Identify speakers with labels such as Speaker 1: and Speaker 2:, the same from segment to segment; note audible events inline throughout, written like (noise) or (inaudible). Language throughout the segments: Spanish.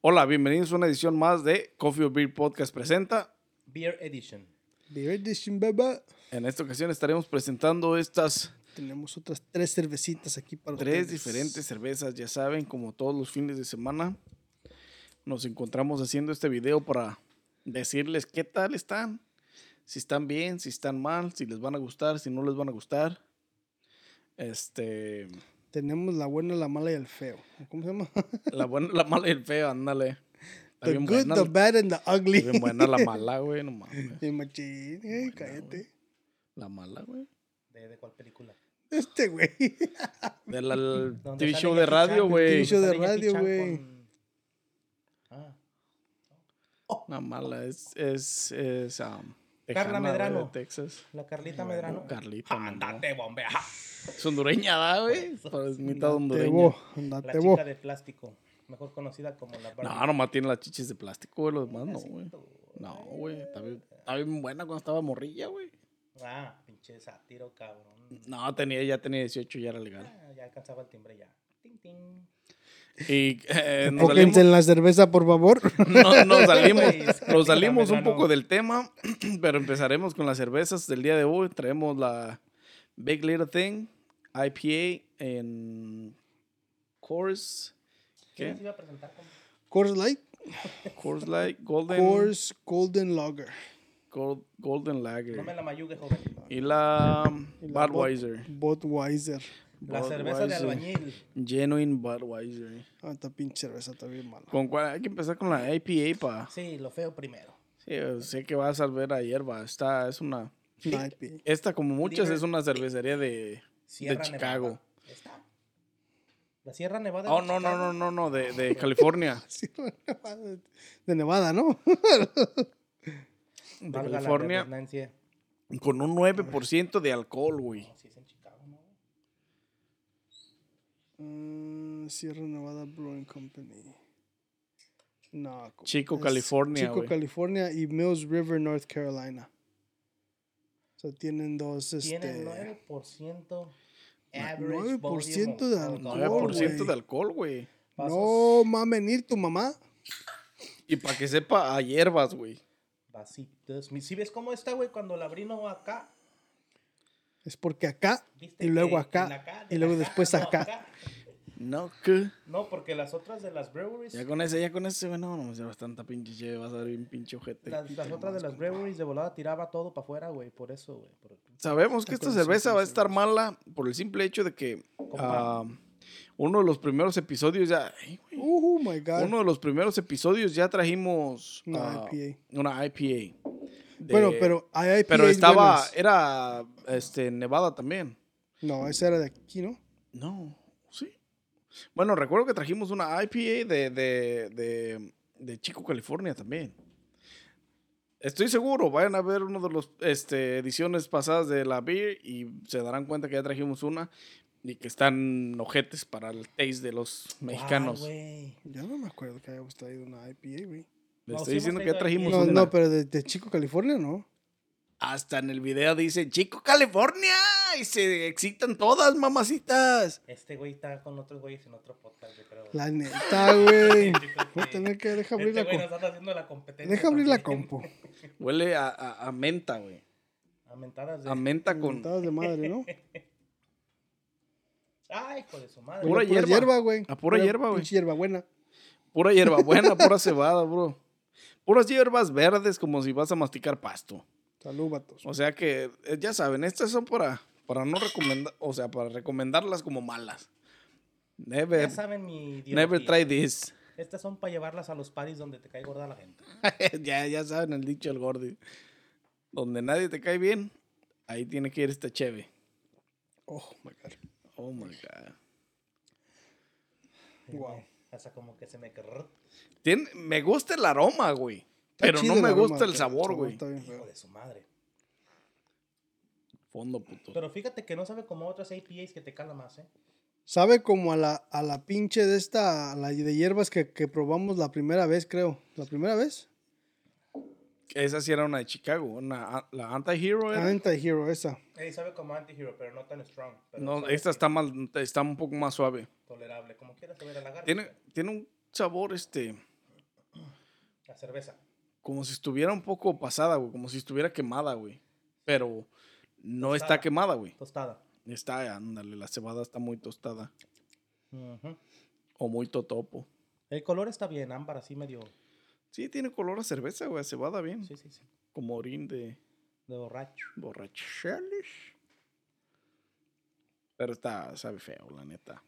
Speaker 1: Hola, bienvenidos a una edición más de Coffee or Beer Podcast presenta.
Speaker 2: Beer Edition.
Speaker 3: Beer Edition, beba.
Speaker 1: En esta ocasión estaremos presentando estas
Speaker 3: Tenemos otras tres cervecitas aquí para
Speaker 1: tres
Speaker 3: ustedes.
Speaker 1: diferentes cervezas. Ya saben, como todos los fines de semana, nos encontramos haciendo este video para decirles qué tal están. Si están bien, si están mal, si les van a gustar, si no les van a gustar. Este,
Speaker 3: Tenemos la buena, la mala y el feo. ¿Cómo se llama?
Speaker 1: la buena, la mala y el feo, ándale. Está
Speaker 3: The
Speaker 1: bien
Speaker 3: good,
Speaker 1: buena,
Speaker 3: the bad and the ugly.
Speaker 1: está bien
Speaker 3: (laughs)
Speaker 1: buena la mala, güey, no mames.
Speaker 3: Y machín, eh, cállate.
Speaker 1: La mala, güey.
Speaker 2: ¿De, de cuál película?
Speaker 3: Este güey.
Speaker 1: Del al-
Speaker 2: ¿Dónde
Speaker 1: TV
Speaker 2: sale
Speaker 1: show de
Speaker 2: Jackie
Speaker 1: radio,
Speaker 2: Chan?
Speaker 1: güey.
Speaker 3: TV show de
Speaker 2: Sale Jackie
Speaker 3: radio,
Speaker 2: Chan
Speaker 3: güey.
Speaker 2: con- Ah,
Speaker 1: La mala es, es, es um,
Speaker 2: Carla
Speaker 1: tejana, güey,
Speaker 2: Medrano.
Speaker 1: de Texas.
Speaker 2: la Carlita Medrano. Ah,
Speaker 1: Oh, Carlita, no, no.
Speaker 2: Andate, Ah, Pues, bombea.
Speaker 1: Es hondureña, ¿verdad, güey. Pero Es mitad
Speaker 3: Andate
Speaker 1: hondureña.
Speaker 3: vos,
Speaker 2: La
Speaker 3: andate vos.
Speaker 2: chica de plástico, mejor conocida como la Barbie.
Speaker 1: No, nomás tiene las chichis de plástico, güey. Los demás no, güey. No, güey. Está bien, está bien buena cuando estaba morrilla, güey.
Speaker 2: Ah, pinche sátiro, cabrón.
Speaker 1: No, tenía, ya tenía 18 y ya era legal.
Speaker 2: Ah, ya alcanzaba el timbre ya. Ting, ting.
Speaker 1: Y eh, nos
Speaker 3: Enfóquense
Speaker 1: salimos,
Speaker 3: en la cerveza, por favor. (laughs)
Speaker 1: no-
Speaker 2: (laughs)
Speaker 1: nos salimos,
Speaker 2: Güey, es que
Speaker 1: nos salimos
Speaker 2: la
Speaker 1: un
Speaker 2: verdad
Speaker 1: poco
Speaker 2: no.
Speaker 1: del tema, (clears throat) pero empezaremos con las cervezas del día de hoy. Traemos la Big Little Thing, IPA en Coors,
Speaker 2: ¿Quién
Speaker 1: ¿qué?
Speaker 2: se iba a presentar? compa?
Speaker 3: Coors Light,
Speaker 1: Coors Light, Golden,
Speaker 3: Coors Golden Lager.
Speaker 1: Gold- Golden
Speaker 2: No me
Speaker 1: Lager
Speaker 2: la mayugue, joven.
Speaker 1: y la
Speaker 3: Y la
Speaker 1: Budweiser.
Speaker 3: Bud- Budweiser.
Speaker 2: La cerveza de
Speaker 1: Budweiser.
Speaker 2: albañil.
Speaker 1: Genuine Budweiser.
Speaker 3: Ah, esta pinche cerveza está bien mala.
Speaker 1: ¿Con cuál? Hay que empezar con la IPA, pa.
Speaker 2: Sí, lo feo primero.
Speaker 1: Sí, yo sé que vas a ver a hierba. Esta es una...
Speaker 3: Una IPA.
Speaker 1: Esta, como muchas,
Speaker 2: Liber-
Speaker 1: es una cervecería de...
Speaker 2: Sierra
Speaker 1: Chicago.
Speaker 2: Nevada. Está. La Sierra Nevada.
Speaker 1: Oh,
Speaker 2: de
Speaker 1: no, no, no,
Speaker 2: Chicago.
Speaker 1: no, no, de, de California.
Speaker 3: (laughs) Sí, De Nevada, ¿no?
Speaker 1: De
Speaker 2: Valga la
Speaker 1: California.
Speaker 2: redundancia.
Speaker 1: Con un 9% de alcohol, güey.
Speaker 2: No, sí es en Chicago, ¿no?
Speaker 3: Ah, Sierra Nevada Brewing Company. No. compa,
Speaker 1: Chico,
Speaker 3: es
Speaker 1: California,
Speaker 3: Chico,
Speaker 1: güey.
Speaker 3: California y Mills River, North Carolina. O sea, tienen dos, este...
Speaker 2: Tiene 9% average
Speaker 3: 9% de
Speaker 2: volume of
Speaker 3: alcohol,
Speaker 1: 9%
Speaker 3: güey.
Speaker 1: de alcohol, güey.
Speaker 2: Vasos-
Speaker 3: No, mamen, ir tu mamá.
Speaker 1: Y para que sepa, a hierbas, güey.
Speaker 2: Vasitos. Mi- Si ves cómo está, güey, cuando la abrí no acá.
Speaker 3: Es porque acá,
Speaker 2: ¿viste
Speaker 3: y luego
Speaker 2: que en
Speaker 3: acá,
Speaker 2: de (laughs)
Speaker 3: y luego
Speaker 2: la
Speaker 3: después
Speaker 2: no,
Speaker 3: acá.
Speaker 1: No, que.
Speaker 2: No, porque las otras de las breweries,
Speaker 1: Ya con ese, ya con ese, güey. No, no me sirvas tanta pinche cheve. Vas a ver bien pinche ojete.
Speaker 2: las, las otras de las breweries de volada tiraba todo para afuera, güey, por eso, güey. por-
Speaker 1: Sabemos que esta cerveza va a estar mala por el simple hecho de que ah, uno de los primeros episodios ya. ay, güey,
Speaker 3: Oh, my God.
Speaker 1: Uno de los primeros episodios ya trajimos
Speaker 3: Una
Speaker 1: ah,
Speaker 3: IPA.
Speaker 1: Una IPA. de-
Speaker 3: bueno, pero hay IPAs
Speaker 1: Pero estaba,
Speaker 3: buenas.
Speaker 1: era este, Nevada también.
Speaker 3: No, esa era de aquí, ¿no?
Speaker 1: No, sí. Bueno, recuerdo que trajimos una IPA de, de, de, de Chico, California también. Estoy seguro, vayan a ver una de las este, ediciones pasadas de la Beer y se darán cuenta que ya trajimos una y que están ojetes para el taste de los mexicanos.
Speaker 2: Ah, güey.
Speaker 3: Yo no me acuerdo que hayamos traído una IPA, güey.
Speaker 1: Le
Speaker 2: No,
Speaker 1: estoy
Speaker 2: sí
Speaker 1: diciendo
Speaker 2: hemos
Speaker 1: que ya
Speaker 2: traído
Speaker 1: trajimos
Speaker 3: No,
Speaker 1: una.
Speaker 3: no, pero de, de Chico, California, ¿no?
Speaker 1: Hasta en el video dice Chico, California y se excitan todas, mamacitas.
Speaker 2: Este güey está con otros güeyes en otro podcast, yo creo.
Speaker 3: La neta, güey. Voy a tener que dejar abrir
Speaker 2: Este
Speaker 3: la
Speaker 2: güey
Speaker 3: compu.
Speaker 2: nos anda haciendo la competencia.
Speaker 3: Deja
Speaker 2: (laughs)
Speaker 3: abrir la
Speaker 2: también.
Speaker 3: compu.
Speaker 1: Huele a, a- a menta, güey.
Speaker 2: A mentadas de-
Speaker 1: A
Speaker 3: Mm,
Speaker 1: menta con
Speaker 3: Mentadas de
Speaker 1: (laughs)
Speaker 3: madre, ¿no?
Speaker 2: Ay, hijo de su madre.
Speaker 1: Pura
Speaker 3: Huele a
Speaker 1: hierba.
Speaker 3: güey.
Speaker 1: A pura hierba, güey.
Speaker 3: Pinche hierba buena.
Speaker 1: Pura
Speaker 3: (laughs)
Speaker 1: hierbabuena, pura cebada, bro. Puras hierbas verdes como si vas a masticar pasto.
Speaker 3: Salud, vatos.
Speaker 1: O sea que, eh, ya saben, estas son para, para no recomendar, o sea, para recomendarlas como malas.
Speaker 2: Ya
Speaker 1: Never,
Speaker 2: saben mi
Speaker 1: never try
Speaker 2: ideología.
Speaker 1: this. (laughs)
Speaker 2: Estas son para llevarlas a los paris donde te cae gorda la gente.
Speaker 1: ya, ya saben el dicho del gordi. Donde nadie te cae bien, ahí tiene que ir esta cheve.
Speaker 3: Oh, my God.
Speaker 1: Oh my god.
Speaker 3: Wow.
Speaker 2: Eh, Hasta como que se me querró.
Speaker 1: Tiene- me gusta el aroma, güey.
Speaker 3: Está
Speaker 1: Pero
Speaker 3: chido
Speaker 1: no me
Speaker 3: aroma,
Speaker 1: gusta el
Speaker 3: pero
Speaker 1: sabor, güey.
Speaker 3: está bien
Speaker 2: Hijo
Speaker 3: feo.
Speaker 2: de su madre.
Speaker 1: Fondo, puto.
Speaker 2: Pero fíjate que no sabe como otras APAs que te cala más, ¿eh?
Speaker 3: Sabe como a la, a la pinche de esta, a la de hierbas que, que probamos la primera vez, creo. ¿La primera vez?
Speaker 1: Esa sí era una de Chicago. Una, la Anti-Hero
Speaker 3: Ah,
Speaker 1: era.
Speaker 3: Anti-Hero, esa.
Speaker 2: Eh, sabe como anti-hero, pero no tan strong. pero
Speaker 1: No,
Speaker 2: sabe
Speaker 1: esta está mal, está un poco más suave.
Speaker 2: Tolerable. Como quieras saber a la garganta.
Speaker 1: Tiene, tiene un sabor este
Speaker 2: La cerveza.
Speaker 1: Como si estuviera un poco pasada, güey. Como si estuviera quemada, güey. Pero no está
Speaker 2: Tostada.
Speaker 1: quemada, güey.
Speaker 2: Tostada.
Speaker 1: Está, ándale, la cebada está muy tostada.
Speaker 2: Ujú.
Speaker 1: O muy totopo.
Speaker 2: El color está bien, ámbar, así medio.
Speaker 1: Sí, tiene color a cerveza, güey. a Cebada bien.
Speaker 2: Sí, sí, sí.
Speaker 1: Como orín de
Speaker 2: De borracho.
Speaker 1: borrachales. Pero está, sabe feo, la neta.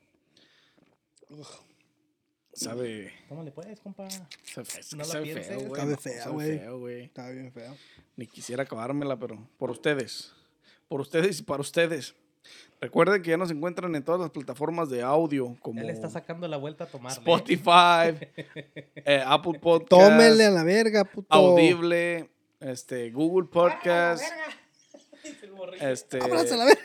Speaker 1: Sabe,
Speaker 2: Tómale pues, compa.
Speaker 1: sabe, es que
Speaker 2: No la
Speaker 1: sabe
Speaker 2: pienses.
Speaker 1: feo, güey.
Speaker 3: Sabe
Speaker 1: no,
Speaker 3: fea,
Speaker 1: sabe
Speaker 3: güey.
Speaker 1: feo, güey.
Speaker 3: Está bien feo.
Speaker 1: Ni quisiera acabármela, pero por ustedes. Por ustedes y para ustedes. Recuerden que ya nos encuentran en todas las plataformas de audio, como
Speaker 2: Él está sacando la vuelta a ¿eh? tomar.
Speaker 1: Spotify,
Speaker 2: (laughs)
Speaker 1: eh, Apple Podcast,
Speaker 3: Tómele a la verga, puto.
Speaker 1: Audible, este, Google Podcast, este,
Speaker 3: Ábranse a la verga.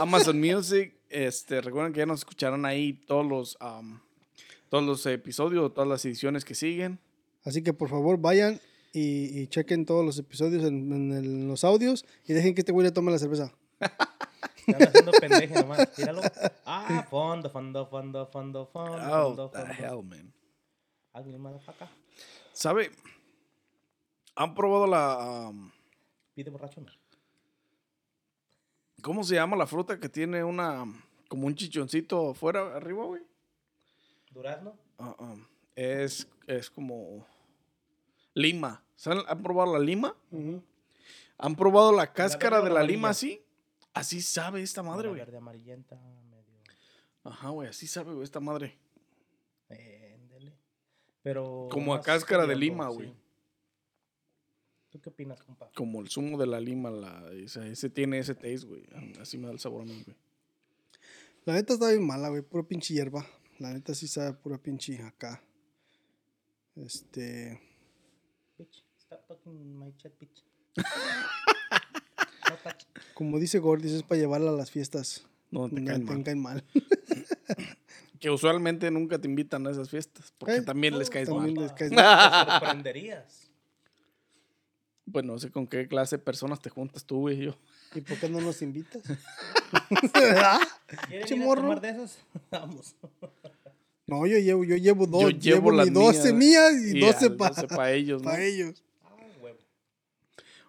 Speaker 1: Amazon Music. Este, recuerden que ya nos escucharán ahí todos los, am, todos los episodios, todas las ediciones que siguen.
Speaker 3: Así que por favor vayan y, y chequen todos los episodios en, en el- en los audios y dejen que este güey le tome la cerveza.
Speaker 2: Están haciendo pendeje nomás. Míralo. Ah, fondo, fondo, fondo, fondo, fondo.
Speaker 1: Oh,
Speaker 2: fondo,
Speaker 1: the
Speaker 2: fondo.
Speaker 1: hell, man.
Speaker 2: Ugly motherfucker.
Speaker 1: ¿Sabe? ¿Han probado la... am,
Speaker 2: Pide borracho, no.
Speaker 1: ¿Cómo se llama la fruta que tiene una... como un chichoncito afuera, arriba, güey?
Speaker 2: Durazno.
Speaker 1: Ah, ah. Es, es como... Lima. ¿Saben- ¿Han probado la lima? ¿Han probado la cáscara
Speaker 2: verde o
Speaker 1: de
Speaker 2: la
Speaker 1: la lima
Speaker 2: amarilla?
Speaker 1: así? Así sabe esta madre,
Speaker 2: Una
Speaker 1: güey.
Speaker 2: Verde amarillenta, medio.
Speaker 1: Ajá, güey, así sabe, güey, esta madre.
Speaker 2: Véndele. Pero.
Speaker 1: Como a
Speaker 2: más
Speaker 1: cáscara de
Speaker 2: hediondo,
Speaker 1: lima,
Speaker 2: sí.
Speaker 1: güey.
Speaker 2: ¿Tú qué opinas, compa?
Speaker 1: Como el zumo de la lima, la, ese, ese tiene ese taste, güey. Así me da el sabor a mí, güey.
Speaker 3: La neta está bien mala, güey. Pura pinche hierba. La neta sí sabe pura pinche acá. Este.
Speaker 2: Bitch, stop talking my chat,
Speaker 3: (laughs)
Speaker 2: bitch. No touch.
Speaker 3: Como dice Gordis, es para llevarla a las fiestas.
Speaker 1: No, te
Speaker 3: donde
Speaker 1: caen mal. (laughs)
Speaker 3: mal.
Speaker 1: Que usualmente nunca te invitan a esas fiestas. Porque
Speaker 3: Eh,
Speaker 1: también
Speaker 2: no,
Speaker 1: les caes
Speaker 3: También
Speaker 1: mal.
Speaker 3: les caes mal.
Speaker 2: Te sorprenderías.
Speaker 1: Pues no sé con qué clase de personas te juntas tú, güey. y Yo.
Speaker 3: ¿Y por qué no nos invitas?
Speaker 2: ¿Quieren ir a
Speaker 3: Chimorro.
Speaker 2: tomar de esas? (laughs) Vamos.
Speaker 3: No, yo llevo, yo llevo dos.
Speaker 1: Yo llevo
Speaker 3: llevo
Speaker 1: las
Speaker 3: mis 12 mías (laughs) y 12 para (laughs)
Speaker 1: para ellos, ¿no?
Speaker 3: ellos.
Speaker 2: Ah, huevo.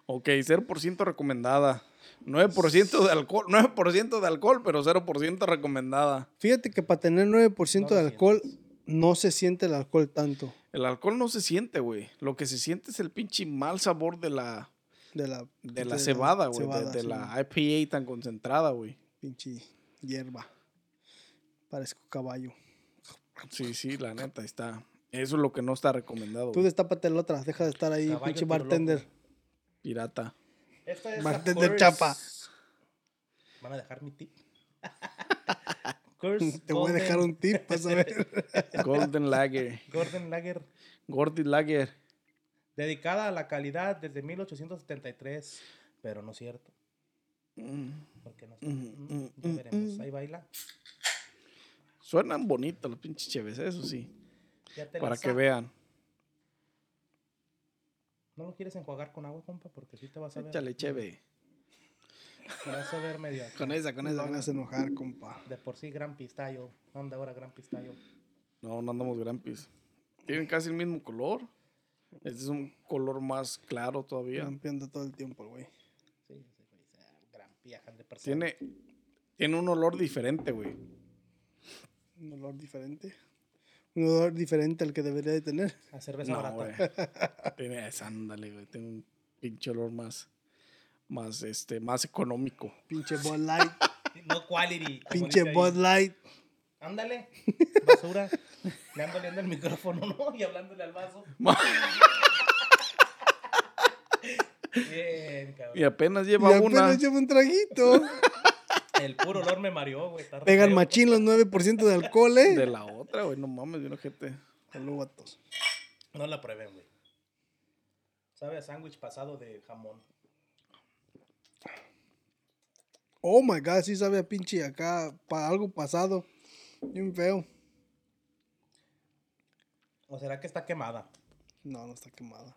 Speaker 1: Ok, 0% recomendada. 9% de alcohol, 9% de alcohol, pero 0% recomendada.
Speaker 3: Fíjate que para tener 9%
Speaker 2: No
Speaker 3: de
Speaker 2: lo
Speaker 3: alcohol, no se siente el alcohol tanto.
Speaker 1: El alcohol no se siente, güey. Lo que se siente es el pinche mal sabor de la,
Speaker 3: De la,
Speaker 1: de la cebada, güey. De,
Speaker 3: cebada,
Speaker 1: de
Speaker 3: sí,
Speaker 1: la IPA tan concentrada, güey.
Speaker 3: Pinche hierba. Parezco caballo.
Speaker 1: Sí, sí, la neta, está. Eso es lo que no está recomendado,
Speaker 3: Tú
Speaker 1: güey.
Speaker 3: destápate la otra, deja de estar ahí,
Speaker 2: Caballo
Speaker 3: pinche
Speaker 2: tú lo loco.
Speaker 3: bartender.
Speaker 1: Pirata.
Speaker 2: Esta es
Speaker 3: Bartender
Speaker 2: la
Speaker 3: chapa.
Speaker 2: Van a dejar mi tip. (laughs) Curse
Speaker 1: pues,
Speaker 3: Te voy a dejar
Speaker 2: Golden-
Speaker 3: un
Speaker 1: (laughs)
Speaker 3: tip para saber.
Speaker 1: Golden Lager.
Speaker 2: Golden Lager,
Speaker 1: Gordy Lager.
Speaker 2: dedicada a la calidad desde 1873, pero no es cierto,
Speaker 1: Mm,
Speaker 2: porque no.
Speaker 1: mm, mm,
Speaker 2: Ya
Speaker 1: mm,
Speaker 2: veremos,
Speaker 1: mm.
Speaker 2: ahí baila.
Speaker 1: Suenan bonitos los pinches cheves, eso sí.
Speaker 2: Ya te la
Speaker 1: Para que
Speaker 2: sa-
Speaker 1: vean.
Speaker 2: No lo quieres enjuagar con agua, compa, porque si te vas a ver.
Speaker 1: Échale cheve.
Speaker 2: (laughs) Te vas a ver medio.
Speaker 1: Con esa, con
Speaker 3: Nos
Speaker 1: esa. con
Speaker 3: van a
Speaker 1: esa.
Speaker 3: enojar, compa.
Speaker 2: De por sí, gran pistayo. Anda ahora, gran pistayo.
Speaker 1: No, no andamos grampis. Tienen casi el mismo color. Este es un color más claro todavía.
Speaker 3: Campeando todo el tiempo, el güey.
Speaker 2: Sí, sí, sí, sí, gran piaja de persona.
Speaker 1: Tiene, tiene un olor diferente, güey.
Speaker 3: Un olor diferente. Un olor diferente al que debería de tener.
Speaker 2: A cerveza
Speaker 1: No,
Speaker 2: barata.
Speaker 1: güey.
Speaker 3: (laughs)
Speaker 1: Tiene, es- ándale, güey. Tiene un pinche olor más, más, este, más económico. (laughs)
Speaker 3: Pinche Bud Light.
Speaker 2: (laughs) No quality. como dice
Speaker 3: pinche
Speaker 2: ahí.
Speaker 3: Bud Light.
Speaker 1: (laughs)
Speaker 2: Ándale, basura. Le ando oliendo el micrófono, ¿no? (laughs) Y hablándole al vaso. Bien, cabrón.
Speaker 1: Y apenas
Speaker 3: Y
Speaker 1: lleva una.
Speaker 3: apenas llevo
Speaker 1: (laughs)
Speaker 3: un traguito.
Speaker 2: El puro olor me mareó, güey. está re
Speaker 3: Pegan
Speaker 2: feo.
Speaker 3: machín los 9% de alcohol, eh.
Speaker 1: De la otra, güey. No mames, vino gente.
Speaker 3: Salud, vatos.
Speaker 2: No la prueben, güey. Sabe a sándwich pasado de jamón.
Speaker 3: Oh my god, sí sabe a pinche acá. Para algo pasado. Bien feo.
Speaker 2: ¿O será que está quemada?
Speaker 3: No, no está quemada.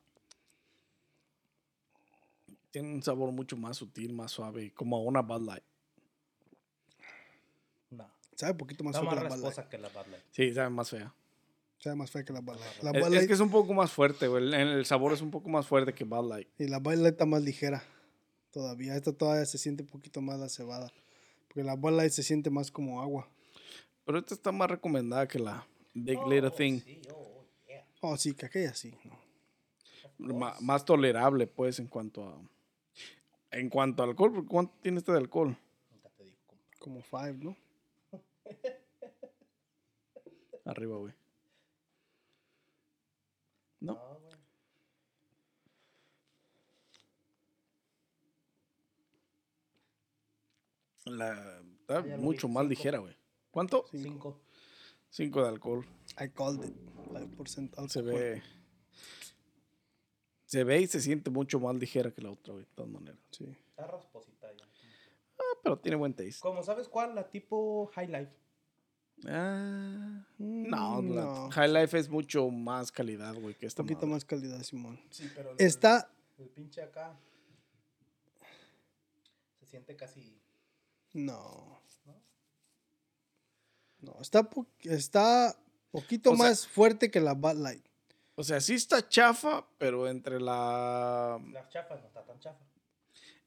Speaker 1: Tiene un sabor mucho más sutil, más suave, como a una Bud Light.
Speaker 2: No.
Speaker 3: Sabe un poquito más
Speaker 2: Está
Speaker 3: feo que
Speaker 2: más
Speaker 3: la Bud Light.
Speaker 2: rasposa que la Bud Light.
Speaker 1: Sí, sabe más fea.
Speaker 3: Sabe más fea que la Bud Light. La
Speaker 1: Es,
Speaker 3: Bud
Speaker 1: es
Speaker 3: Light
Speaker 1: que es un poco más fuerte, güey. El, el sabor es un poco más fuerte que Bud Light.
Speaker 3: Y la Bud Light está más ligera todavía. Esta todavía se siente un poquito más la cebada. Porque la Bud Light se siente más como agua.
Speaker 1: Pero esta está más recomendada que la Big Little Thing.
Speaker 3: Oh, sí, que aquella sí. no.
Speaker 1: Ma-
Speaker 3: oh,
Speaker 1: más tolerable, pues, en cuanto a. En cuanto al alcohol, porque ¿cuánto tiene este de alcohol?
Speaker 3: Como five, ¿no?
Speaker 1: Arriba, güey. No. La, está
Speaker 2: ya lo
Speaker 1: mucho
Speaker 2: dije,
Speaker 1: más
Speaker 2: cinco.
Speaker 1: ligera, güey. ¿Cuánto?
Speaker 2: Cinco.
Speaker 1: Cinco de alcohol.
Speaker 3: I called it. 5% alcohol.
Speaker 1: Se ve. Se ve y se siente mucho más ligera que la otra, güey, de todas maneras.
Speaker 3: Sí.
Speaker 2: Está rasposita ya.
Speaker 1: Ah, pero tiene buen taste.
Speaker 2: Como sabes cuál, la tipo High Life.
Speaker 1: Ah, no,
Speaker 3: Mm,
Speaker 1: la
Speaker 3: no.
Speaker 1: High Life es mucho más calidad, güey, que esta
Speaker 3: Un poquito
Speaker 1: madre.
Speaker 3: más calidad, Simón.
Speaker 2: Sí, pero el-
Speaker 3: Está.
Speaker 2: el pinche acá se siente casi
Speaker 3: No. No, está, po- está poquito
Speaker 1: O sea-
Speaker 3: más fuerte que la Bud Light.
Speaker 1: O sea, sí está chafa, pero entre la
Speaker 2: la chafa, no está tan chafa.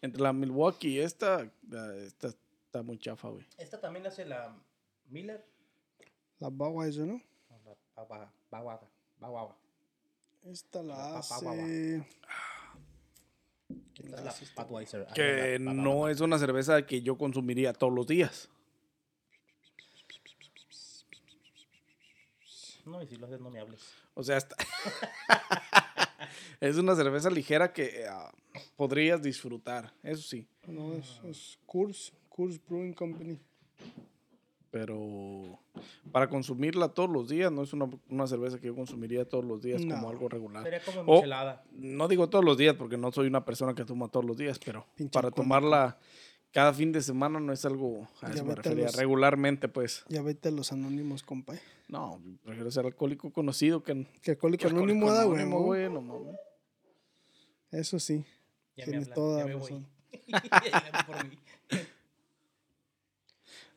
Speaker 1: entre la Milwaukee y esta, la- esta está muy chafa, güey.
Speaker 2: Esta también la hace la Miller.
Speaker 3: La Budweiser, ¿no?
Speaker 2: No, la Bawa- Bawaga. Bawawa.
Speaker 3: Esta la,
Speaker 2: La
Speaker 3: hace.
Speaker 2: papa guava. Esta es la Budweiser. Ah,
Speaker 1: Que
Speaker 2: la Bawa-
Speaker 1: no es una cerveza que yo consumiría todos los días.
Speaker 2: No, y si lo haces, no me hables.
Speaker 1: O sea, hasta- (laughs) es una cerveza ligera que eh, ah, podrías disfrutar, eso sí.
Speaker 3: No, es, es Coors, Coors Brewing Company.
Speaker 1: Pero para consumirla todos los días, no es una, una cerveza que yo consumiría todos los días
Speaker 3: No.
Speaker 1: como algo regular.
Speaker 2: Sería como
Speaker 1: O-
Speaker 2: michelada.
Speaker 1: No digo todos los días porque no soy una persona que toma todos los días, pero
Speaker 3: Pinche
Speaker 1: para
Speaker 3: alcohólico.
Speaker 1: tomarla cada fin de semana no es algo a
Speaker 3: Ya
Speaker 1: eso me
Speaker 3: vete
Speaker 1: refería,
Speaker 3: los-
Speaker 1: regularmente, pues.
Speaker 3: Ya vete a los anónimos, compa. ¿eh?
Speaker 1: No, prefiero ser alcohólico conocido que,
Speaker 3: Que alcohólico
Speaker 1: que alcohólico
Speaker 3: anónimo da, güey.
Speaker 1: anónimo,
Speaker 3: ¿no?
Speaker 1: no mames.
Speaker 3: Eso sí.
Speaker 2: Ya me
Speaker 3: Tienes
Speaker 2: hablan,
Speaker 3: toda
Speaker 2: ya me voy.
Speaker 3: razón.
Speaker 2: (laughs) Ya me por mí.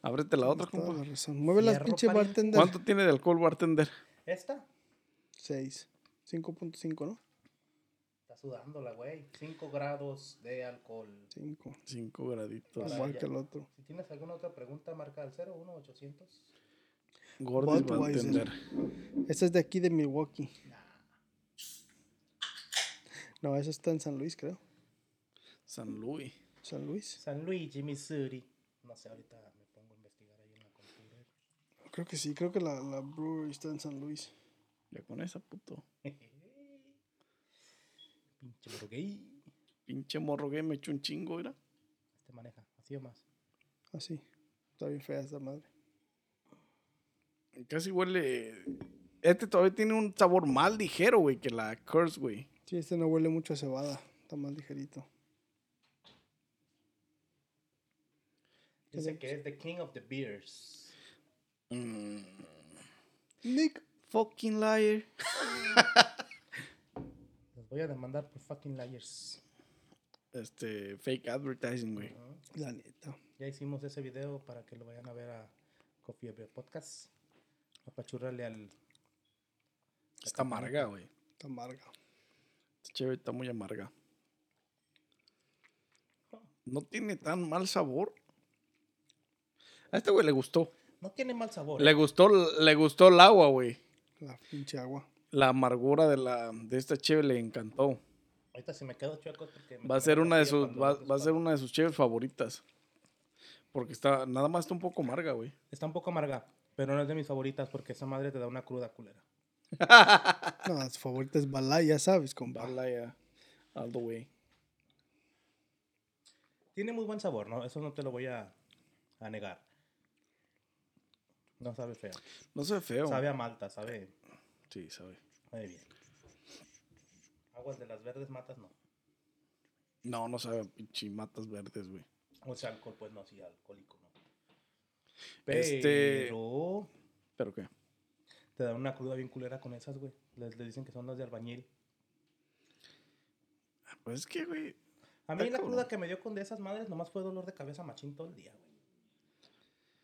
Speaker 1: Ábrete la otra,
Speaker 3: Toda
Speaker 1: compa.
Speaker 3: la razón. Mueve las
Speaker 2: Fierro,
Speaker 3: pinche
Speaker 2: pariente.
Speaker 3: bartender.
Speaker 1: ¿Cuánto tiene de alcohol bartender?
Speaker 2: Esta
Speaker 3: 6. 5.5, ¿no?
Speaker 2: está sudando la güey. 5 grados de alcohol.
Speaker 3: 5.
Speaker 1: Cinco graditos.
Speaker 2: Para
Speaker 3: Igual
Speaker 2: ella.
Speaker 3: que el otro.
Speaker 2: Si tienes alguna otra pregunta, marca al 0, 1, 800.
Speaker 1: Gordy
Speaker 3: Budweiser.
Speaker 1: bartender.
Speaker 3: Esta es de aquí de Milwaukee. No, esa está en San Luis, creo.
Speaker 1: San Luis.
Speaker 3: San Luis.
Speaker 2: San Luigi, Missouri. No sé, ahorita me pongo a investigar ahí en la computadora.
Speaker 3: Creo que sí, creo que la, la brewery está en San Luis.
Speaker 1: Ya con esa, puto.
Speaker 2: (laughs) Pinche morro gay.
Speaker 1: Pinche morro gay me echó un chingo, mira.
Speaker 2: Este maneja, así o más.
Speaker 3: Así. Ah, Está bien fea esta madre.
Speaker 1: Casi huele... Este todavía tiene un sabor más ligero, güey, que la Curse, güey.
Speaker 3: Sí, este no huele mucho a cebada. Está más ligerito.
Speaker 2: Dice que es the king of the beers.
Speaker 1: Mm.
Speaker 3: Nick.
Speaker 1: Fucking liar.
Speaker 2: Los voy a demandar por fucking liars.
Speaker 1: Este, fake advertising, güey.
Speaker 3: La neta.
Speaker 2: Ya hicimos ese video para que lo vayan a ver a Coffee Beer Podcast. Apachurrarle al.
Speaker 1: Está amarga, güey.
Speaker 3: Está amarga.
Speaker 1: Esta chévere está muy amarga. No tiene tan mal sabor. A este güey le gustó.
Speaker 2: No tiene mal sabor.
Speaker 1: Le
Speaker 2: ¿eh?
Speaker 1: gustó, le gustó el agua, güey.
Speaker 3: La pinche agua.
Speaker 1: La amargura de la de esta chévere le encantó.
Speaker 2: Ahorita si me quedo chueco es porque me
Speaker 1: Va a ser
Speaker 2: tomé
Speaker 1: una de
Speaker 2: pastilla
Speaker 1: sus
Speaker 2: cuando
Speaker 1: va,
Speaker 2: meto
Speaker 1: va a
Speaker 2: espalda.
Speaker 1: ser una de sus chéveres favoritas. Porque está nada más está un poco amarga, güey.
Speaker 2: Está un poco amarga, pero no es de mis favoritas porque esa madre te da una cruda culera.
Speaker 3: No, su favorita es Balay, ya sabes, compa.
Speaker 1: Darla ya all the way.
Speaker 2: Tiene muy buen sabor, ¿no? Eso no te lo voy a, a negar. No sabe feo.
Speaker 1: No se ve feo.
Speaker 2: Sabe a malta, sabe,
Speaker 1: Sí, sabe.
Speaker 2: sabe bien. Aguas de las verdes matas, no.
Speaker 1: No, no sabe a pinche matas verdes, güey.
Speaker 2: O sea, alcohol, pues no, sí, alcohólico, no.
Speaker 1: Este-
Speaker 2: Pero
Speaker 1: ¿Pero qué?
Speaker 2: te dan una cruda bien culera con esas, güey. Les, les dicen que son las de albañil.
Speaker 1: Pues es que, güey.
Speaker 2: A mí
Speaker 1: Está
Speaker 2: la cruda
Speaker 1: cabrón.
Speaker 2: que me
Speaker 1: Ah.
Speaker 2: dio con de esas madres nomás fue dolor de cabeza machín todo el día, güey.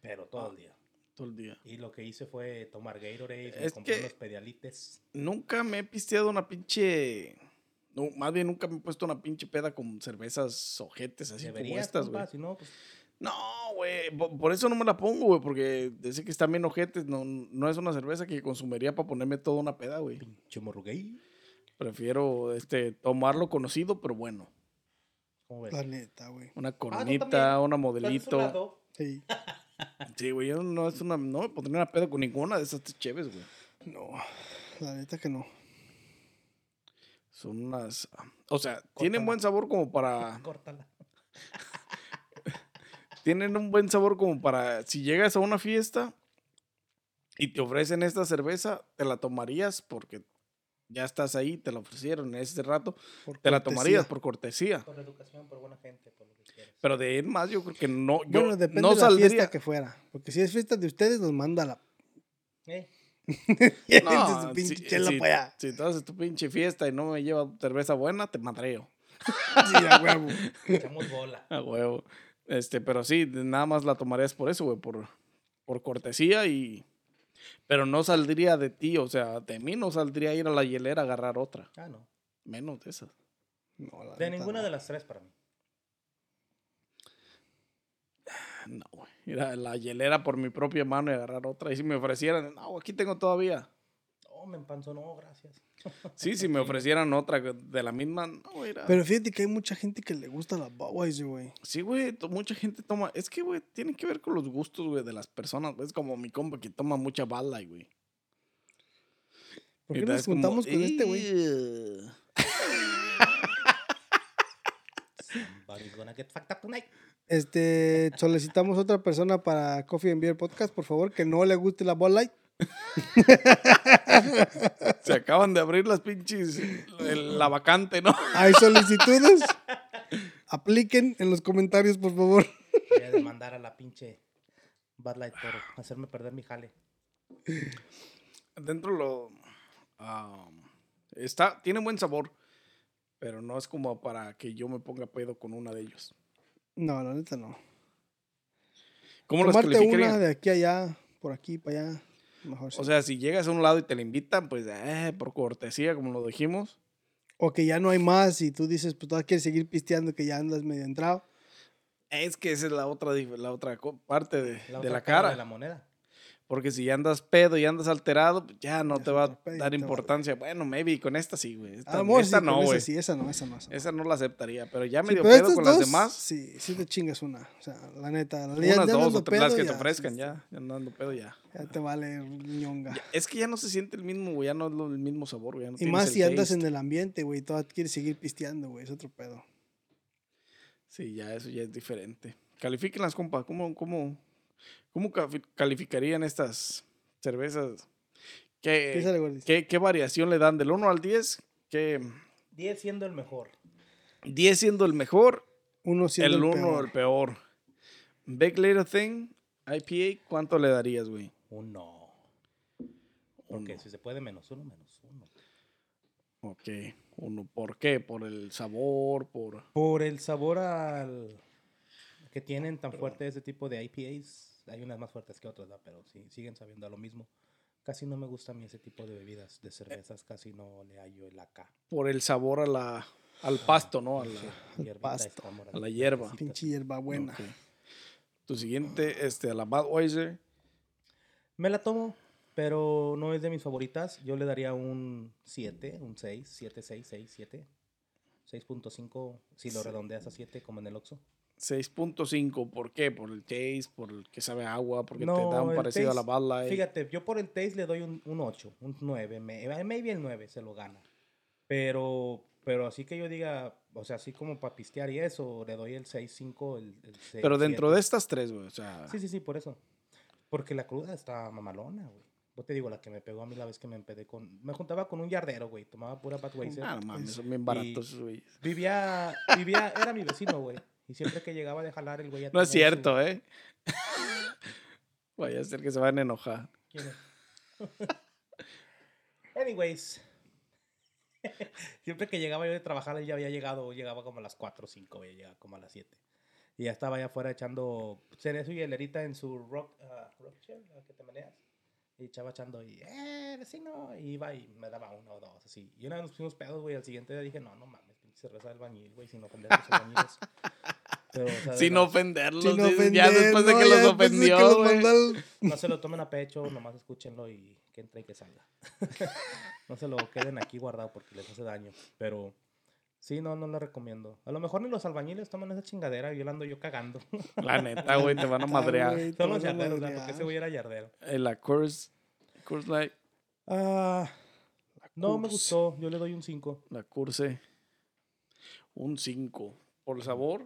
Speaker 2: Pero todo el día.
Speaker 1: todo el día.
Speaker 2: Y lo que hice fue tomar Gatorade, me
Speaker 1: Es
Speaker 2: compré
Speaker 1: que-
Speaker 2: unos pedialites.
Speaker 1: Nunca me he pisteado una pinche. No, más bien nunca me he puesto una pinche peda con cervezas ojetes así como
Speaker 2: Deberías,
Speaker 1: estas,
Speaker 2: compa,
Speaker 1: güey.
Speaker 2: si no, pues,
Speaker 1: No, güey. po- Por eso no me la pongo, güey. Porque dice que están bien ojetes. No, no es una cerveza que consumiría para ponerme toda una peda, güey.
Speaker 2: pinche morruguey.
Speaker 1: Prefiero este, tomarlo conocido, pero bueno.
Speaker 2: ¿Cómo
Speaker 3: La
Speaker 1: Pues.
Speaker 2: ves?
Speaker 3: neta, güey.
Speaker 1: Una
Speaker 2: Ah, también.
Speaker 1: cornita, una modelito.
Speaker 2: Lado,
Speaker 3: Sí.
Speaker 1: Sí, güey. Yo no, es una, no me pondría una peda con ninguna de esas chéves, güey.
Speaker 3: No, la neta que no.
Speaker 1: Son unas. O sea, tienen buen sabor como para.
Speaker 2: córtala.
Speaker 1: tienen un buen sabor como para si llegas a una fiesta y te ofrecen esta cerveza, te la tomarías porque ya estás ahí, te la ofrecieron en ese rato,
Speaker 3: por
Speaker 1: te la
Speaker 3: cortesía.
Speaker 1: tomarías por cortesía.
Speaker 2: Por educación, por buena gente, por lo que quieras.
Speaker 1: Pero de ir más, yo creo que no, yo
Speaker 3: Bueno, depende
Speaker 1: no
Speaker 3: de la
Speaker 1: saldría.
Speaker 3: fiesta que fuera. Porque si es fiesta de ustedes, nos manda la.
Speaker 2: Eh,
Speaker 1: No,
Speaker 3: (laughs)
Speaker 1: eh,
Speaker 3: su pinche
Speaker 1: si-
Speaker 3: chela
Speaker 1: si- (laughs)
Speaker 3: para allá.
Speaker 1: Si tú haces tu pinche fiesta y no me lleva cerveza buena, te madreo. (laughs)
Speaker 3: Sí, a huevo.
Speaker 2: echamos bola.
Speaker 1: A huevo. Este, pero sí, de- nada más la tomarías por eso, güey, por, por cortesía y... Pero no saldría de ti, o sea, de mí no saldría ir a la hielera a agarrar otra.
Speaker 2: Ah, no.
Speaker 1: Menos de esas.
Speaker 3: No, la
Speaker 2: De
Speaker 3: neta
Speaker 2: ninguna
Speaker 3: no.
Speaker 2: de las tres para mí.
Speaker 1: No, güey. Ir a la hielera por mi propia mano y agarrar otra. Y si me ofrecieran, no, aquí tengo todavía.
Speaker 2: No, Oh, me empanzó, no, gracias.
Speaker 1: Sí, si me ofrecieran otra de la misma, no, güey. era-
Speaker 3: Pero fíjate que hay mucha gente que le gusta la Budweiser, güey.
Speaker 1: Sí, güey, to- mucha gente toma. Es que, güey, tiene que ver con los gustos, güey, de las personas. güey. Es como mi compa que toma mucha bala, güey.
Speaker 3: ¿Por qué
Speaker 1: Y da-
Speaker 3: nos
Speaker 1: es como,
Speaker 3: juntamos con este, güey?
Speaker 1: "Ew".
Speaker 2: But it's gonna get fucked up tonight.
Speaker 3: Este, solicitamos otra persona para Coffee and Beer Podcast, por favor, que no le guste la Bud Light.
Speaker 1: Se acaban de abrir las pinches. el- la vacante, ¿no?
Speaker 3: Hay
Speaker 2: (laughs)
Speaker 3: solicitudes. Apliquen en los comentarios, por favor.
Speaker 2: Voy a demandar a la pinche Bad Light por hacerme perder mi jale.
Speaker 1: Dentro lo. am, está, tiene buen sabor. Pero no es como para que yo me ponga pedo con una de ellos.
Speaker 3: No, la neta no.
Speaker 1: ¿Cómo las
Speaker 3: Tomarte
Speaker 1: calificarían?
Speaker 3: una de aquí a allá, por aquí para allá. Mejor sí.
Speaker 1: O sea, si llegas a un lado y te la invitan, pues eh, por cortesía, como lo dijimos.
Speaker 3: O que ya no hay más y tú dices, pues todavía quieres seguir pisteando, que ya andas medio entrado.
Speaker 1: Es que esa es la otra, dif- la otra co- parte de de la,
Speaker 2: otra
Speaker 1: cara.
Speaker 2: De la moneda.
Speaker 1: Porque si ya andas pedo y andas alterado, pues ya no
Speaker 3: Ya
Speaker 1: te
Speaker 3: es
Speaker 1: va
Speaker 3: otro
Speaker 1: a
Speaker 3: pedo y
Speaker 1: dar
Speaker 3: te vale.
Speaker 1: importancia. Bueno, maybe con esta sí, güey. Esta,
Speaker 3: A lo mejor
Speaker 1: esta
Speaker 3: Ah, sí,
Speaker 1: no,
Speaker 3: con esa
Speaker 1: güey.
Speaker 3: sí, esa no, esa no. Esa no.
Speaker 1: Esa no la aceptaría. Pero ya
Speaker 3: Sí,
Speaker 1: medio
Speaker 3: pero
Speaker 1: pedo
Speaker 3: estas
Speaker 1: con las
Speaker 3: dos,
Speaker 1: demás.
Speaker 3: Sí, sí te chingas una. O sea, la neta. la- ya-
Speaker 1: Unas
Speaker 3: ya
Speaker 1: dos
Speaker 3: andando
Speaker 1: o tres las
Speaker 3: pedo,
Speaker 1: que te
Speaker 3: ya,
Speaker 1: ofrezcan,
Speaker 3: sí,
Speaker 1: ya. Ya andando pedo, ya.
Speaker 3: Ya te vale ñonga.
Speaker 1: Es que ya no se siente el mismo, güey. Ya no es lo- el mismo sabor, güey. ya no
Speaker 3: y
Speaker 1: tienes
Speaker 3: más
Speaker 1: el
Speaker 3: si andas
Speaker 1: taste.
Speaker 3: en el ambiente, güey. Todavía quieres seguir pisteando, güey. Es otro pedo.
Speaker 1: Sí, ya eso ya es diferente. Califíquenlas, compa. ¿Cómo, cómo, cómo cafi- calificarían estas cervezas?
Speaker 3: Piénsale,
Speaker 1: ¿Qué,
Speaker 3: gordis.
Speaker 1: qué, qué variación le dan? Del 1 al 10, que
Speaker 2: 10 siendo el mejor.
Speaker 1: 10 siendo el mejor,
Speaker 3: Uno siendo
Speaker 1: el
Speaker 3: el,
Speaker 1: 1
Speaker 3: peor.
Speaker 1: el peor. Big Little Thing, IPA, ¿cuánto le darías, güey?
Speaker 2: Uno. Porque
Speaker 1: Uno.
Speaker 2: si se puede, menos uno, menos uno.
Speaker 1: Ok, uno. ¿Por qué? ¿Por el sabor? ¿Por
Speaker 2: Por el sabor al que tienen tan fuerte ese tipo de IPAs. Hay unas más fuertes que otras, ¿verdad? pero sí, siguen sabiendo a lo mismo. Casi no me gusta a mí ese tipo de bebidas,
Speaker 1: Eh.
Speaker 2: de cervezas, casi no le hallo el acá.
Speaker 1: por el sabor a la, al pasto, ¿no? A la,
Speaker 3: pasto,
Speaker 1: a la hierba.
Speaker 3: Pinche hierbabuena.
Speaker 1: Ok. Tu siguiente, este, a la Budweiser.
Speaker 2: Me la tomo, pero no es de mis favoritas. Yo le daría un 7, un 6, 7, 6, 6, 7. 6.5, si lo redondeas a 7, como en el Oxxo.
Speaker 1: 6.5, ¿por qué? ¿Por el taste? ¿Por el que sabe a agua? ¿Porque te
Speaker 2: No,
Speaker 1: da un
Speaker 2: el
Speaker 1: parecido a
Speaker 2: taste,
Speaker 1: la Bud Light?
Speaker 2: Fíjate, yo por el taste le doy un, 8, un 9, maybe el 9 se lo gana. Pero, pero así que yo diga, o sea, así como para pistear y eso, le doy el 6, 5, el, el 6.
Speaker 1: Pero dentro de estas tres, güey, o sea...
Speaker 2: Sí, sí, sí, por eso. Porque la cruda está mamalona, güey. Yo te digo, la que me pegó a mí la vez que me empedé con... Me juntaba con un yardero, güey. Tomaba pura Budweiser.
Speaker 1: Ah, no mames, son bien baratos esos
Speaker 3: (laughs)
Speaker 1: güeyes.
Speaker 2: Vivía, vivía, era mi vecino, güey. Y siempre que llegaba de jalar el güey... ya
Speaker 1: No es
Speaker 2: tenía su-
Speaker 1: cierto, ¿eh? (laughs) Vaya a ser que se van a enojar.
Speaker 2: ¿Quién es? Anyways. (laughs) Siempre que llegaba yo de trabajar, él ya había llegado, llegaba como a las 4 o 5, ya llegaba como a las 7. Y ya estaba allá afuera echando cerezo y helerita en su rock, ah, rock chair, la que te maneas. Y echaba echando y, eh, vecino. Y iba y me daba uno o dos, así. Y una vez nos pusimos pedos, güey. Al siguiente día dije, no, no mames, pinche cerveza del bañil, güey, sin ofender a
Speaker 1: (laughs)
Speaker 2: los albañiles. Pero, o sea, de
Speaker 1: Sin
Speaker 2: verdad,
Speaker 1: ofenderlos.
Speaker 3: Sin
Speaker 1: dices, ya
Speaker 3: ofender,
Speaker 1: después de
Speaker 3: ¿no?
Speaker 1: que
Speaker 3: Ya
Speaker 1: los
Speaker 3: después de que los
Speaker 1: ofendió, güey.
Speaker 3: mandó al-
Speaker 2: No se lo tomen a pecho, nomás escúchenlo y que entre y que salga. (laughs) no se lo queden aquí guardado porque les hace daño. Pero sí, no, no lo recomiendo. A lo mejor ni los albañiles toman esa chingadera y yo la ando yo cagando. (laughs)
Speaker 1: La neta, güey, te
Speaker 3: (laughs)
Speaker 1: van a madrear.
Speaker 3: güey,
Speaker 2: Son los
Speaker 3: te van a
Speaker 2: yarderos, ¿verdad?
Speaker 3: madrear.
Speaker 2: porque ese güey era yardero.
Speaker 1: Eh, La Curse. Curse Light.
Speaker 2: Ah, no me
Speaker 1: Curse.
Speaker 2: gustó, yo le doy un 5.
Speaker 1: La Curse. Un 5. Por el sabor.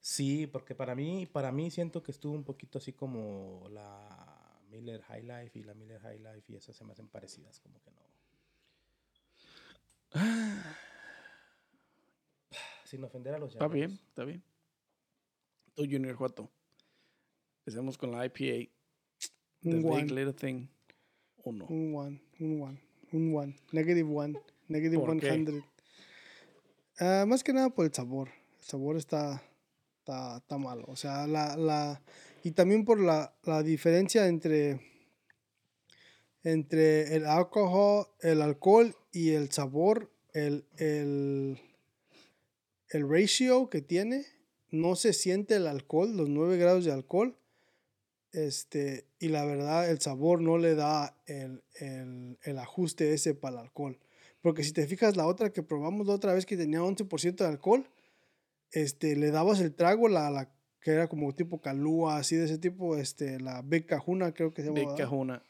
Speaker 2: Sí, porque para mí, para mí siento que estuvo un poquito así como la Miller High Life y la Miller High Life y esas se me hacen parecidas, como que no. (sighs) Sin ofender a los
Speaker 1: Está
Speaker 2: yarderos.
Speaker 1: bien, está bien. Tú, Junior Juato. Empecemos con la IPA. The
Speaker 3: Un
Speaker 1: Big
Speaker 3: one,
Speaker 1: Little Thing. Uno.
Speaker 3: un one, un one, un one. Negative one, negative
Speaker 1: ¿Por qué?
Speaker 3: 100. Ah, más que nada por el sabor. El sabor está, está, está malo. O sea, la, la, y también por la, la diferencia entre, entre el alcohol, el alcohol y el sabor, el, el, el ratio que tiene, no se siente el alcohol, los 9 grados de alcohol. Este, y la verdad, el sabor no le da el, el- el ajuste ese para el alcohol. Porque si te fijas, la otra que probamos la otra vez que tenía 11% de alcohol, este, le dabas el trago, la, la que era como tipo calúa, así de ese tipo, este, la Big Cajuna, creo que se llama.
Speaker 1: Big
Speaker 3: ¿verdad?
Speaker 1: Cajuna.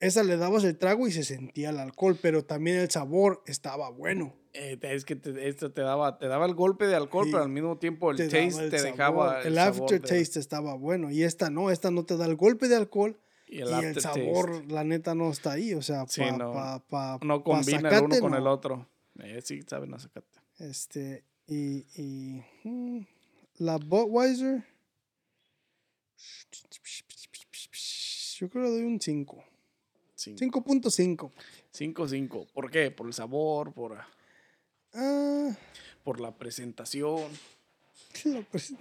Speaker 3: Esa le dabas el trago y se sentía el alcohol, pero también el sabor estaba bueno.
Speaker 1: Eh, es que te, esto te daba, te daba el golpe de alcohol,
Speaker 3: Sí.
Speaker 1: pero al mismo tiempo el
Speaker 3: daba
Speaker 1: taste
Speaker 3: el
Speaker 1: te
Speaker 3: sabor.
Speaker 1: dejaba.
Speaker 3: El,
Speaker 1: sabor de-
Speaker 3: aftertaste estaba bueno y esta no, esta no te da el golpe de alcohol
Speaker 1: y
Speaker 3: y
Speaker 1: el,
Speaker 3: el,
Speaker 1: aftertaste.
Speaker 3: sabor, la neta, no está ahí. O sea,
Speaker 1: Sí,
Speaker 3: pa-
Speaker 1: no,
Speaker 3: pa- pa-
Speaker 1: No
Speaker 3: pa
Speaker 1: combina el
Speaker 3: zacate,
Speaker 1: uno con
Speaker 3: no.
Speaker 1: el otro. Eh, sí, saben a zacate.
Speaker 3: Este, y, y, mm, la Budweiser, yo creo que le doy un 5. 5.5.
Speaker 1: 5-5. ¿Por qué? Por el sabor, por,
Speaker 3: Ah, (laughs)
Speaker 1: por la presentación.
Speaker 3: la pres-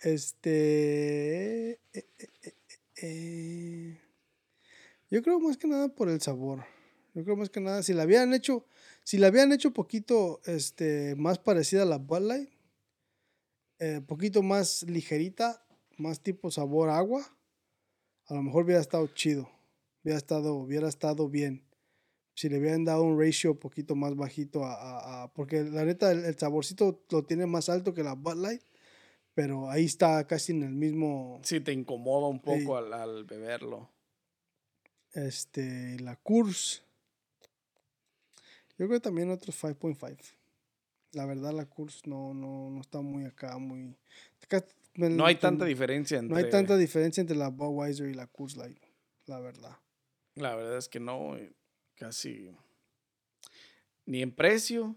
Speaker 3: Este. eh, eh, eh, eh, yo creo más que nada por el sabor. Yo creo más que nada. Si la habían hecho. Si la habían hecho poquito este, más parecida a la Bud Light. eh, poquito más ligerita. Más tipo sabor agua. A lo mejor hubiera estado chido. Hubiera estado, hubiera estado bien. Si le hubieran dado un ratio poquito más bajito a... a- a- porque la neta, el, el saborcito lo tiene más alto que la Bud Light. Pero ahí está casi en el mismo...
Speaker 1: Sí, te incomoda un poco
Speaker 3: Sí.
Speaker 1: al, al beberlo.
Speaker 3: Este, la Curse. Yo creo que también otros 5.5. La verdad, la Curse no, no, no está muy acá, muy... acá me-
Speaker 1: No hay
Speaker 3: me-
Speaker 1: tanta eh. diferencia entre.
Speaker 3: No hay tanta diferencia entre la Budweiser y la Curse Light, la verdad.
Speaker 1: La verdad es que no, eh, casi ni en precio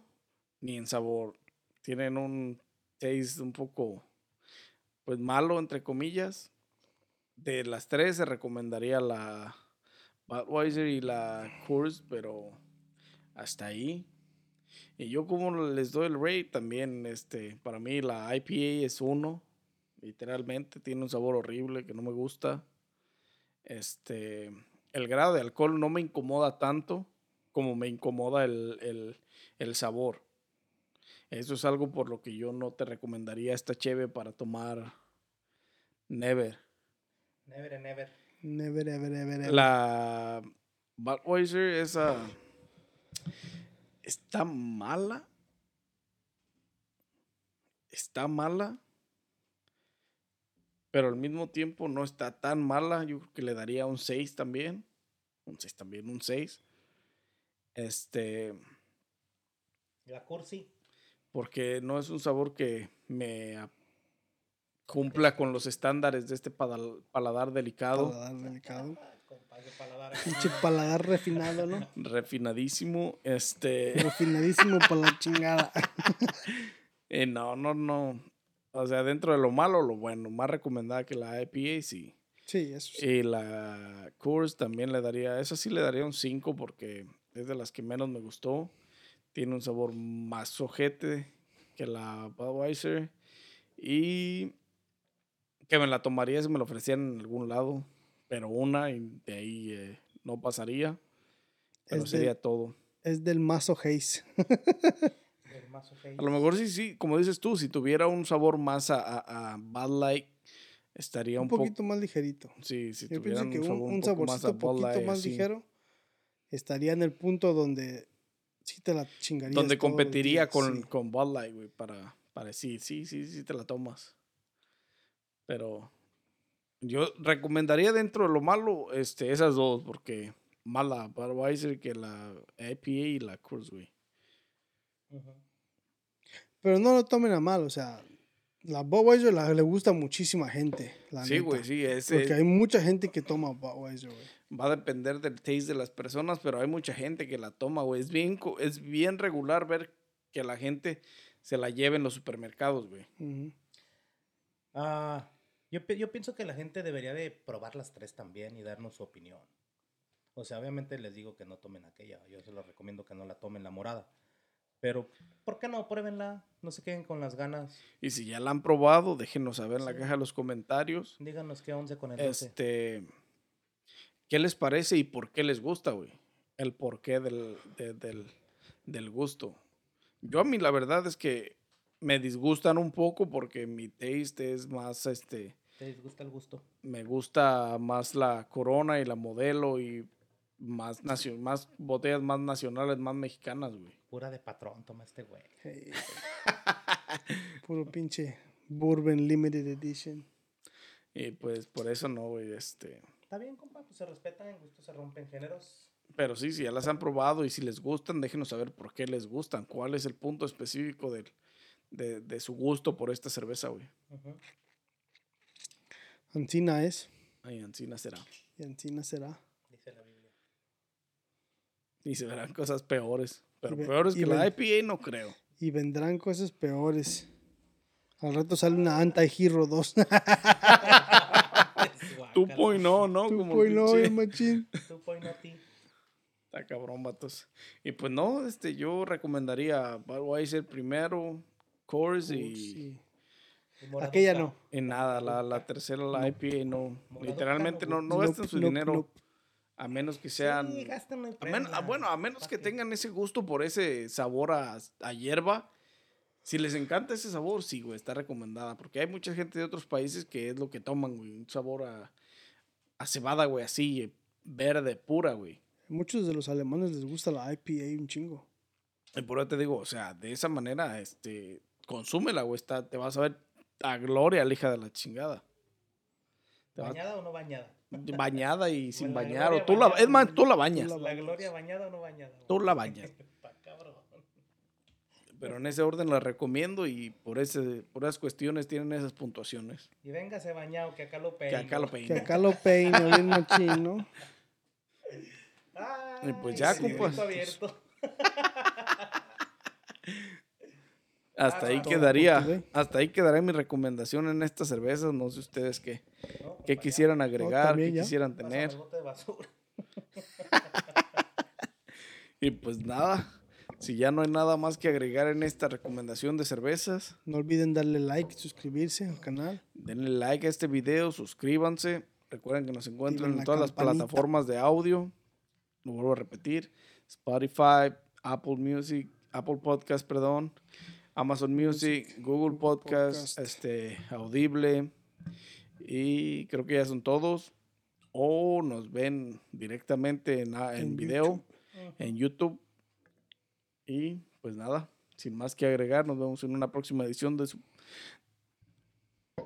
Speaker 1: ni en sabor. Tienen un taste un poco, pues malo, entre comillas. De las tres se recomendaría la Budweiser y la Coors, pero hasta ahí. Y yo como les doy el rate también, este, para mí la IPA es uno, literalmente, tiene un sabor horrible que no me gusta. Este, el grado de alcohol no me incomoda tanto como me incomoda el, el- el sabor. Eso es algo por lo que yo no te recomendaría esta cheve para tomar never.
Speaker 2: Never and never.
Speaker 3: Never, ever, ever, ever.
Speaker 1: La Budweiser, esa está mala. Está mala. Pero al mismo tiempo no está tan mala. Yo creo que le daría un 6 también. Un 6 también, un 6. Este,
Speaker 2: La cursi.
Speaker 1: porque no es un sabor que me a- cumpla con los estándares de este padal- paladar delicado.
Speaker 3: Paladar delicado.
Speaker 2: Compadre paladar.
Speaker 3: Pinche paladar refinado, ¿no?
Speaker 1: Refinadísimo. Este.
Speaker 3: Refinadísimo para la chingada. (laughs)
Speaker 1: Eh, no, no, no. O sea, dentro de lo malo, lo bueno. Más recomendada que la IPA, sí.
Speaker 3: Sí, eso sí.
Speaker 1: Y la Coors también le daría, esa sí le daría un 5 porque es de las que menos me gustó. Tiene un sabor más ojete que la Budweiser. Y que me la tomaría si me la ofrecían en algún lado, pero una y de ahí eh, no pasaría. Pero
Speaker 3: Es de-
Speaker 1: sería todo.
Speaker 3: Es del mazo Haze.
Speaker 2: El mazo Haze.
Speaker 1: A lo mejor sí, sí, como dices tú, si tuviera un sabor más a, a, a Bud Light, estaría
Speaker 3: un
Speaker 1: un, poco...
Speaker 3: poquito más ligerito.
Speaker 1: Sí, si
Speaker 3: Yo
Speaker 1: tuvieran
Speaker 3: pienso
Speaker 1: un,
Speaker 3: que un,
Speaker 1: sabor un,
Speaker 3: un
Speaker 1: poco más a
Speaker 3: saborcito
Speaker 1: Bud
Speaker 3: poquito
Speaker 1: Light,
Speaker 3: más
Speaker 1: así,
Speaker 3: ligero estaría en el punto donde sí te la chingarías.
Speaker 1: Donde
Speaker 3: todos los
Speaker 1: competiría
Speaker 3: días,
Speaker 1: con,
Speaker 3: sí.
Speaker 1: con Bud Light, güey, para, para decir, sí, sí, sí, te la tomas. Pero yo recomendaría dentro de lo malo este, esas dos, porque más la Budweiser que la IPA y la Cruz, güey.
Speaker 2: Ujú.
Speaker 3: Pero no lo tomen a mal, o sea, la Budweiser la, le gusta a muchísima gente. La
Speaker 1: Sí,
Speaker 3: neta.
Speaker 1: güey, sí, ese
Speaker 3: Porque hay mucha gente que toma Budweiser, güey.
Speaker 1: va a depender del taste de las personas, pero hay mucha gente que la toma, güey. Es bien, co- es bien regular ver que la gente se la lleve en los supermercados, güey.
Speaker 3: Ujú.
Speaker 2: Ah, yo, pi- yo pienso que la gente debería de probar las tres también y darnos su opinión. O sea, obviamente les digo que no tomen aquella. Yo se los recomiendo que no la tomen la morada. Pero, ¿por qué no? Pruébenla. No se queden con las ganas.
Speaker 1: Y si ya la han probado, déjenos saber en la
Speaker 2: Sí.
Speaker 1: caja de los comentarios.
Speaker 2: Díganos qué once con el dulce.
Speaker 1: Este, ¿qué les parece y por qué les gusta, güey? El porqué del, de- del, del gusto. Yo a mí la verdad es que me disgustan un poco porque mi taste es más, este,
Speaker 2: ¿Te disgusta el gusto?
Speaker 1: me gusta más la Corona y la Modelo y más, nacio- más botellas más nacionales, más mexicanas, güey.
Speaker 2: Pura de patrón, toma este güey.
Speaker 1: (laughs)
Speaker 3: Hey. Puro pinche Bourbon Limited Edition.
Speaker 1: Y pues por eso no, güey, este...
Speaker 2: Está bien, compa, pues se respetan, en gusto se rompen géneros.
Speaker 1: Pero sí, si ya las han probado y si les gustan, déjenos saber por qué les gustan. ¿Cuál es el punto específico del- de, de su gusto por esta cerveza, güey?
Speaker 2: Ujú.
Speaker 3: Antina es.
Speaker 1: Ay, Ancina será.
Speaker 3: Y Antina será.
Speaker 2: Dice la Biblia.
Speaker 1: Y se verán cosas peores. Pero
Speaker 3: Y ve-
Speaker 1: peores
Speaker 3: y
Speaker 1: que la
Speaker 3: ve-
Speaker 1: IPA no creo.
Speaker 3: Y vendrán cosas peores. Al rato sale una Anti-Hero (laughs) 2.
Speaker 1: Tú
Speaker 2: Guácala.
Speaker 1: point no, ¿no?
Speaker 3: Tú,
Speaker 1: Como
Speaker 3: pues, no,
Speaker 1: pinche-
Speaker 3: bien machín.
Speaker 2: Tú, point no, ti.
Speaker 1: Está cabrón, vatos. Y pues no, este, yo recomendaría Budweiser primero, Coors y,
Speaker 3: Sí.
Speaker 2: Y morado
Speaker 3: Aquella
Speaker 2: está.
Speaker 3: no.
Speaker 1: y nada. La, la tercera, la IPA, no.
Speaker 2: Moradota,
Speaker 1: Literalmente no, no
Speaker 3: Nope,
Speaker 1: gasten su
Speaker 3: nope,
Speaker 1: dinero.
Speaker 3: nope.
Speaker 1: A menos que sean...
Speaker 2: Sí, gástenlo y
Speaker 1: A men- ah,
Speaker 2: préndanla.
Speaker 1: bueno, a menos
Speaker 2: ¿Pa'
Speaker 1: que
Speaker 2: qué?
Speaker 1: tengan ese gusto por ese sabor a, a hierba. Si les encanta ese sabor, sí, güey, está recomendada. Porque hay mucha gente de otros países que es lo que toman, güey. Un sabor a, a cebada, güey, así, eh, verde, pura, güey.
Speaker 3: Muchos de los alemanes les gusta la IPA un chingo.
Speaker 1: Y por eso te digo, o sea, de esa manera, este, consúmela, güey. Está, te vas a ver a gloria, la hija de la chingada. Te vas-
Speaker 2: ¿Bañada o no bañada?
Speaker 1: bañada y sin
Speaker 2: la
Speaker 1: bañar. O
Speaker 2: gloria
Speaker 1: tú la,
Speaker 2: bañada,
Speaker 1: es más,
Speaker 2: güey.
Speaker 1: tú la bañas.
Speaker 3: la
Speaker 2: La
Speaker 3: bañas.
Speaker 2: gloria bañada o no bañada.
Speaker 1: Tú
Speaker 2: güey?
Speaker 1: la
Speaker 2: (laughs)
Speaker 1: bañas.
Speaker 2: Pa' cabrón.
Speaker 1: Pero en ese orden la recomiendo y por, ese, por esas cuestiones tienen esas puntuaciones.
Speaker 2: Y véngase bañado, que acá lo
Speaker 1: Que
Speaker 2: peino.
Speaker 1: acá lo
Speaker 3: Que
Speaker 1: peino.
Speaker 3: acá lo peino bien machín, ¿no?
Speaker 2: Ay,
Speaker 1: Y pues ya,
Speaker 2: el
Speaker 1: compa.
Speaker 2: grito abierto.
Speaker 1: Hasta ahí
Speaker 2: Todo
Speaker 3: punto,
Speaker 1: quedaría,
Speaker 3: güey.
Speaker 1: hasta ahí quedaría mi recomendación en estas cervezas. No sé ustedes qué,
Speaker 2: No, compa,
Speaker 1: qué
Speaker 2: Pues ya.
Speaker 1: quisieran agregar,
Speaker 3: también
Speaker 1: qué
Speaker 3: ya.
Speaker 1: quisieran
Speaker 2: Pásame
Speaker 1: tener.
Speaker 2: el bote de basura.
Speaker 1: Y pues nada, si ya no hay nada más que agregar en esta recomendación de cervezas,
Speaker 3: No olviden darle like, suscribirse al canal.
Speaker 1: denle like a este video, suscríbanse. Recuerden que nos encuentran
Speaker 3: Activen
Speaker 1: en
Speaker 3: la
Speaker 1: todas las
Speaker 3: campanita.
Speaker 1: plataformas de audio. Lo vuelvo a repetir. Spotify, Apple Music, Apple Podcast, perdón, Amazon Music, Google
Speaker 3: Google
Speaker 1: Podcast,
Speaker 3: Podcast.
Speaker 1: este, Audible y creo que ya son todos. O nos ven directamente en, en
Speaker 3: En
Speaker 1: video,
Speaker 3: YouTube.
Speaker 1: en YouTube. Y pues nada, sin más que agregar, nos vemos en una próxima edición de su-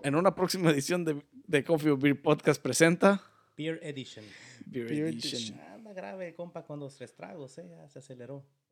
Speaker 1: en una próxima edición de, de Coffee or Beer Podcast presenta
Speaker 2: Beer Edition.
Speaker 1: Beer
Speaker 3: Beer
Speaker 1: Edition.
Speaker 3: Edition.
Speaker 2: Anda grave, compa, con los tres tragos, eh. ya se aceleró.